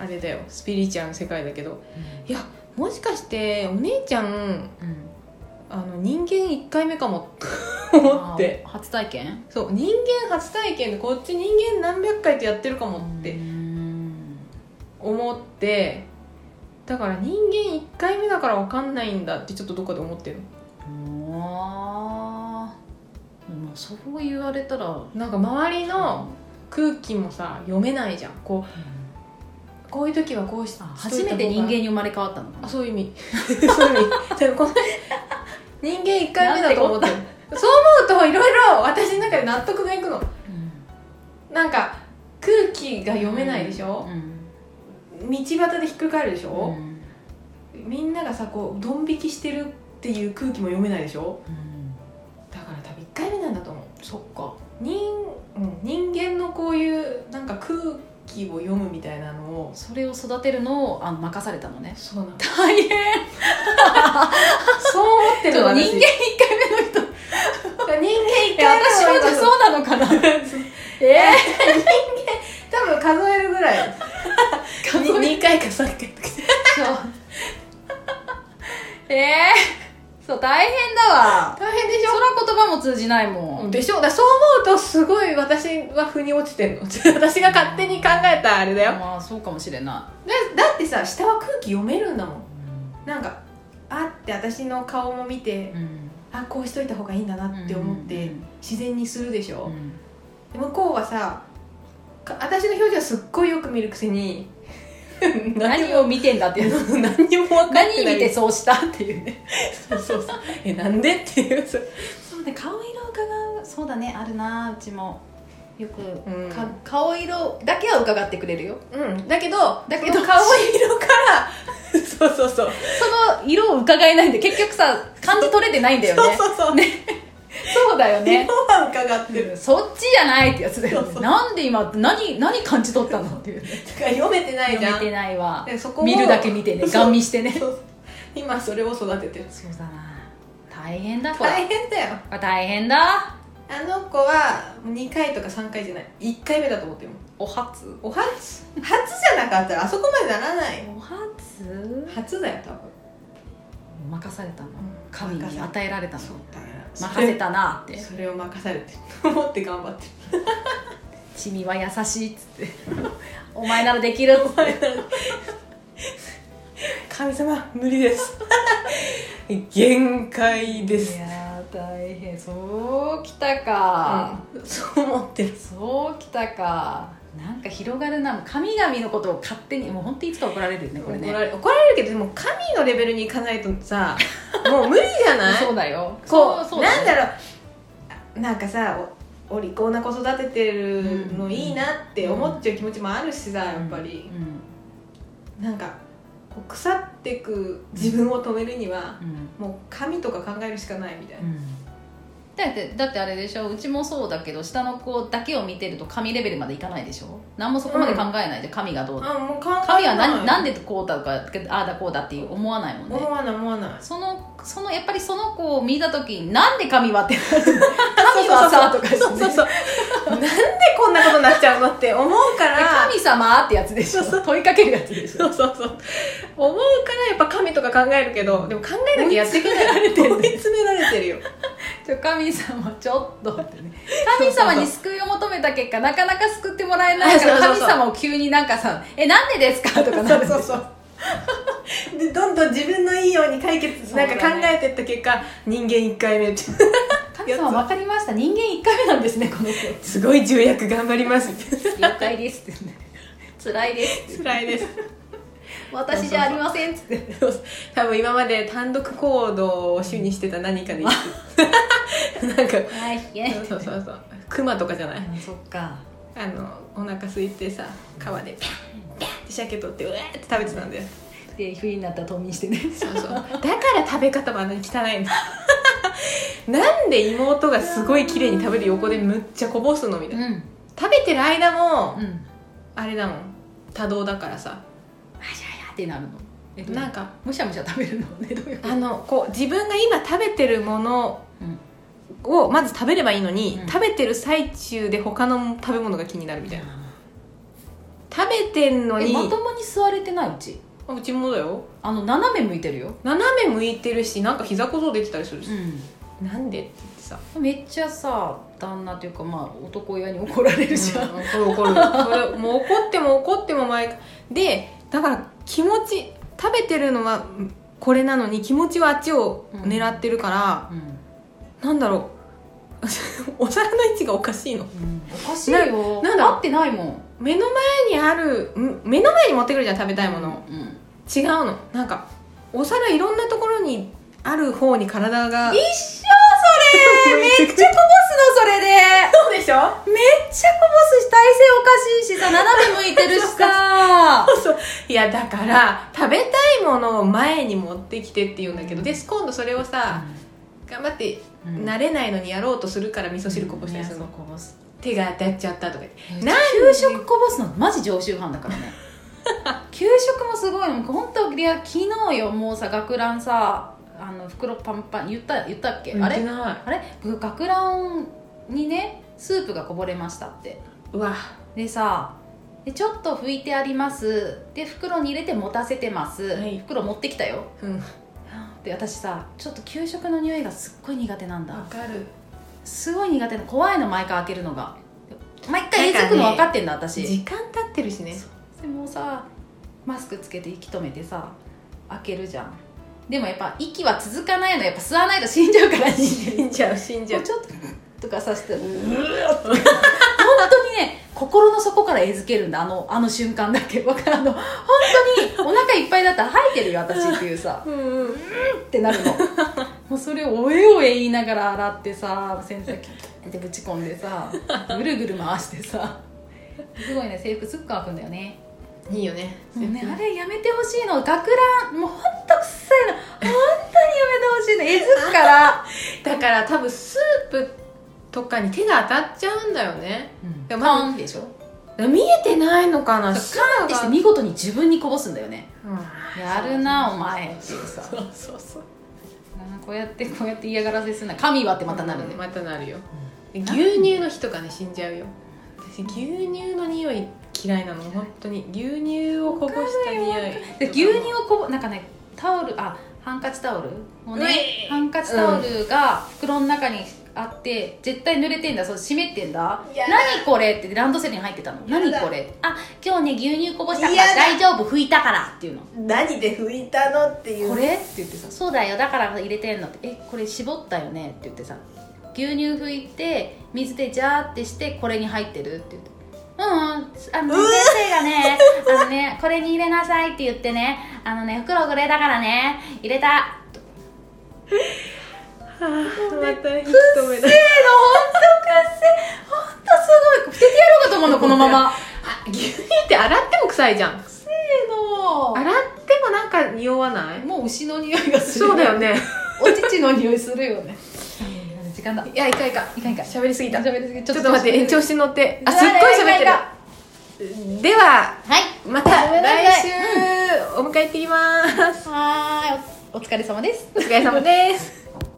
Speaker 2: あれだよスピリチュアルの世界だけどいやもしかしてお姉ちゃん
Speaker 1: うん、
Speaker 2: あの人間1回目かもと思って
Speaker 1: あー初体験
Speaker 2: そう人間初体験でこっち人間何百回ってやってるかもって
Speaker 1: うん
Speaker 2: 思ってだから人間1回目だから分かんないんだってちょっとどっかで思ってる
Speaker 1: あーまあそう言われたら
Speaker 2: なんか周りの空気もさ読めないじゃんこうこういう時はこうし
Speaker 1: あ初めて人間
Speaker 2: しといた方が
Speaker 1: に生まれ変わったのか
Speaker 2: あ
Speaker 1: な
Speaker 2: そういう意味 *laughs* そういう意味でもこの人間1回目だと思ってるそう思うといろいろ私の中で納得がいくのなんか空気が読めないでしょ、道端でひっくり返るでしょ、みんながさこうドン引きしてるっていう空気も読めないでしょだから多分1回目なんだと思う
Speaker 1: そっか
Speaker 2: 人,、うん、人間のこういうなんか空気を読むみたいなのを
Speaker 1: それを育てるのをあの任されたのね
Speaker 2: そうなの
Speaker 1: 大
Speaker 2: *laughs*
Speaker 1: 変
Speaker 2: そう思ってるの
Speaker 1: 人間一回目の人
Speaker 2: 人間1
Speaker 1: え
Speaker 2: 回目
Speaker 1: 私もじゃあ
Speaker 2: う
Speaker 1: そうなのかな
Speaker 2: えー、人間多分数えるぐらい
Speaker 1: そう
Speaker 2: 2回か3回とか
Speaker 1: えー、そう大変だわ
Speaker 2: 大変でし
Speaker 1: そ
Speaker 2: ょ
Speaker 1: ら言葉も通じないもん、
Speaker 2: でしょだからそう思うとすごい私は腑に落ちてんの私が勝手に考えたあれだよ
Speaker 1: まあそうかもしれな
Speaker 2: だだってさ下は空気読めるんだもん
Speaker 1: い
Speaker 2: なんかあって私の顔も見て
Speaker 1: うん
Speaker 2: あこうしといた方がいいんだなって思って
Speaker 1: うん
Speaker 2: 自然にするでしょ
Speaker 1: う、ん
Speaker 2: で向こうはさか私の表情すっごいよく見るくせに *laughs*
Speaker 1: 何を見てんだっていう
Speaker 2: 何にも分かってない
Speaker 1: 何見てそうしたっていうね
Speaker 2: そうそうそうえなんでっていうそう
Speaker 1: そうね顔色を伺うそうだねあるなうちもよく、
Speaker 2: うん
Speaker 1: か顔色だけは伺ってくれるよ
Speaker 2: うん、だけど
Speaker 1: だけど
Speaker 2: その顔色から *laughs* そうそうそう
Speaker 1: その色を伺えないんで結局さ感じ取れてないんだよね
Speaker 2: そうそうそう、
Speaker 1: そうだよね
Speaker 2: 色は伺ってる、
Speaker 1: そっちじゃないってやつだよ
Speaker 2: そう
Speaker 1: ね
Speaker 2: そう
Speaker 1: なんで今何何感じ取ったのっていうね
Speaker 2: だから読めてないじゃ
Speaker 1: 読
Speaker 2: ん
Speaker 1: めてないわ
Speaker 2: でそこを
Speaker 1: 見るだけ見てね
Speaker 2: そう
Speaker 1: ガン見してね
Speaker 2: そう今それを育ててる
Speaker 1: そうだな大変だこれ
Speaker 2: 大変だよ
Speaker 1: あ大変だ
Speaker 2: あの子は2回とか3回じゃない1回目だと思ってるもん
Speaker 1: お初
Speaker 2: お初初じゃなかったらあそこまでならない
Speaker 1: お初
Speaker 2: 初だよ多分
Speaker 1: 任されたの
Speaker 2: うん
Speaker 1: 神に与えられたの
Speaker 2: そうだよ
Speaker 1: 任せたなって
Speaker 2: それを任されて思って頑張ってる
Speaker 1: 「君は優しい」っつって「お前ならできる」っつって
Speaker 2: 神様無理です *laughs* 限界で
Speaker 1: いやー大変そうきたか、
Speaker 2: うんそう思ってる
Speaker 1: そうきたかなんか広がるなもう神々のことを勝手にもう本当にいつか怒られるよねこれね
Speaker 2: 怒られ怒られるけどでも神のレベルに行かないとさもう無理じゃ *laughs* ない
Speaker 1: そうだよ
Speaker 2: こう
Speaker 1: そうそう
Speaker 2: なん
Speaker 1: よ
Speaker 2: だろうなんかさおお利口な子育ててるのいいなって思っちゃう気持ちもあるしさやっぱり
Speaker 1: う、ん
Speaker 2: なんかこう腐ってく自分を止めるには
Speaker 1: うん
Speaker 2: もう神とか考えるしかないみたい
Speaker 1: だ
Speaker 2: な、
Speaker 1: ってだってあれでしょうちもそうだけど下の子だけを見てると神レベルまでいかないでしょ何もそこまで考えないで神がどうだ、
Speaker 2: あもう考えない
Speaker 1: 神は何なんでこうだとかああだこうだっていう思わないもんね
Speaker 2: 思わない思わない
Speaker 1: そのそのやっぱりその子を見た時になんで神はって
Speaker 2: *laughs*
Speaker 1: 神はさとかです
Speaker 2: そうそう
Speaker 1: ね
Speaker 2: そうなんでこんなことになっちゃうのって思うか
Speaker 1: え
Speaker 2: ら
Speaker 1: 神様ってやつでしょ問いかけるやつでしょ
Speaker 2: そうそうそう思うからやっぱ神とか考えるけどでも考えなきゃやっていけない
Speaker 1: 追
Speaker 2: 追い詰められてるよ
Speaker 1: ちょ神様ちょっとって
Speaker 2: *laughs*
Speaker 1: ね神様に救いを求めた結果なかなか救ってもらえないから
Speaker 2: そうそう
Speaker 1: 神
Speaker 2: そう
Speaker 1: 様を急になんかさ「えなんでですか?」とかなるんですよ
Speaker 2: そうそうでどんどん自分のいいように解決、
Speaker 1: そう
Speaker 2: な
Speaker 1: だ
Speaker 2: ん
Speaker 1: ね
Speaker 2: か考えてった結果人間1回目って *laughs*
Speaker 1: 神様分かりました人間1回目なんですねこの子
Speaker 2: すごい重役頑張ります
Speaker 1: 了解ですってね辛いですって
Speaker 2: 辛いです
Speaker 1: 私じゃありませんっつって
Speaker 2: 多分今まで単独行動を主にしてた何かで *laughs* なんか
Speaker 1: はいえ *laughs*
Speaker 2: そうそうそうそうクマとかじゃない
Speaker 1: そっか
Speaker 2: あのお腹空いてさ川でピャンピャンって鮭取ってうわーって食べてたんだよ
Speaker 1: で冬になったら冬眠してね
Speaker 2: そうそうだから食べ方もあんなに汚い *laughs* のなんで妹がすごい綺麗に食べる横でむっちゃこぼすのみたいな
Speaker 1: うん
Speaker 2: 食べてる間も
Speaker 1: うん
Speaker 2: あれだもん多動だからさ
Speaker 1: あしゃやってなるのえどう
Speaker 2: なんか
Speaker 1: むしゃむしゃ食べるのねどういう
Speaker 2: あのこう自分が今食べてるものをまず食べればいいのに、
Speaker 1: うん
Speaker 2: 食べてる最中で他の食べ物が気にな *laughs* るみたいな食べてんの
Speaker 1: え
Speaker 2: に
Speaker 1: まともに座れてないうち
Speaker 2: あうちもだよ
Speaker 1: あの斜め向いてるよ
Speaker 2: 斜め向いてるしなんか膝小僧出てたりするし、なんでって言ってさ
Speaker 1: めっちゃさ旦那というかまあ男親に怒られる *laughs* じゃん、
Speaker 2: うん怒る怒るそれもう怒っても怒っても毎回でだから気持ち食べてるのはこれなのに気持ちはあっちを狙ってるから、
Speaker 1: うん
Speaker 2: なんだろう *laughs* お皿の位置がおかしいの
Speaker 1: おかしいよ
Speaker 2: ななんだろう
Speaker 1: 合ってないもん
Speaker 2: 目の前にあるん目の前に持ってくるじゃん食べたいもの、
Speaker 1: うん
Speaker 2: 違うのなんかお皿いろんなところにある方に体が
Speaker 1: 一緒そ
Speaker 2: *laughs*
Speaker 1: れめっちゃこぼすのそれで
Speaker 2: そうで
Speaker 1: めっち
Speaker 2: しょ
Speaker 1: ゃこぼすし体勢おかしいしさ斜め向いてる
Speaker 2: *laughs*
Speaker 1: しさ
Speaker 2: いやだから食べたいものを前に持ってきてって言うんだけどで今度それをさ頑張って
Speaker 1: うん
Speaker 2: 慣れないのにやろうとするから味噌汁こぼしたりする
Speaker 1: い
Speaker 2: の
Speaker 1: やそうこぼす
Speaker 2: 手が当たっちゃったとか言って
Speaker 1: 給
Speaker 2: なん
Speaker 1: 食こぼすのマジ常習犯だから *laughs* ね給食もすごいの本当いや昨日よもうさ学ランさあの袋パンパン言った言ったっけ、あれ
Speaker 2: な
Speaker 1: あれ学ランにねスープがこぼれましたって
Speaker 2: いうわ
Speaker 1: でさでちょっと拭いてありますで袋に入れて持たせてます、
Speaker 2: はい
Speaker 1: 袋持ってきたよ
Speaker 2: うんわ
Speaker 1: で私さちょっと給食の匂いがすっごい苦手なんだ
Speaker 2: かる
Speaker 1: すごい苦手な怖いの毎回開けるのが毎回えずくの分かってんだ私
Speaker 2: 時間経ってるしね
Speaker 1: でもさマスクつけて息止めてさ開けるじゃんでもやっぱ息は続かないのやっぱ吸わないと死んじゃうから *laughs* 人間
Speaker 2: 死んじゃう死んじ
Speaker 1: こ
Speaker 2: ゃ
Speaker 1: う
Speaker 2: う
Speaker 1: ちょっととかさしてうーっと本当にね心の底からえずけるんだあのあの瞬間だけわかるあの本当にお腹いっぱいだったら吐いてるよ私っていう *laughs* さ
Speaker 2: うんうん
Speaker 1: ってなるのもうそれをおえおえ言いながら洗ってさ洗濯機ってぶち込んでさぐるぐる回してさすごいね制服すっごい開くんだよね
Speaker 2: いいよね
Speaker 1: もうねあれやめてほしいの学ランもうほんとくさいの本当にやめてほしいのえずくから、
Speaker 2: だから多分スープとかに手が当たっちゃうんだよね
Speaker 1: うん
Speaker 2: でも
Speaker 1: パンでしょ
Speaker 2: 見えてないのかな
Speaker 1: そ
Speaker 2: カ
Speaker 1: でして見事に自分にこぼすんだよね
Speaker 2: うん
Speaker 1: やるなお前っていうさ
Speaker 2: そうそうそう
Speaker 1: あーこうやってこうやって嫌がらせすんな神はってまたなるね、
Speaker 2: またなるよ牛乳の日とかね死んじゃうよ私牛乳の匂い嫌いなの本当に牛乳をこぼした匂い
Speaker 1: で牛乳をこぼなんかねタオルあハンカチタオルも
Speaker 2: う
Speaker 1: ね
Speaker 2: え
Speaker 1: ハンカチタオルが袋の中にあって絶対濡れてんだそう湿ってんだ
Speaker 2: やだ
Speaker 1: 何これってランドセルに入ってたの
Speaker 2: やだ
Speaker 1: 何これあ今日ね牛乳こぼしたか
Speaker 2: や
Speaker 1: ら
Speaker 2: だ
Speaker 1: 大丈夫拭いたからっていうの
Speaker 2: 何で拭いたのってい
Speaker 1: これって言ってさそうだよだから入れてんのってえこれ絞ったよねって言ってさ牛乳拭いて水でジャーってしてこれに入ってるって言ってうんうんあのね先生がねあのねこれに入れなさいって言ってねあのね袋グレーだからね入れた
Speaker 2: あーまた一目だ
Speaker 1: えのほんとかせほんとすごい捨ててやろうかと思うのこのまま
Speaker 2: あ牛乳って洗っても臭いじゃん洗
Speaker 1: あ
Speaker 2: ってもなんか匂わない
Speaker 1: れもう牛の匂いがする
Speaker 2: そうだよね
Speaker 1: お乳の *laughs* 匂いするよね時間だ
Speaker 2: いやいかいか
Speaker 1: いかんいかん
Speaker 2: 喋りすぎたちょ
Speaker 1: 喋りすぎち
Speaker 2: っと待って延長して乗ってあすっごい喋って
Speaker 1: はい
Speaker 2: るではまた
Speaker 1: ごめんなさい
Speaker 2: 来週お迎え行ってきます
Speaker 1: はーいおお疲れ様です
Speaker 2: お疲れ様です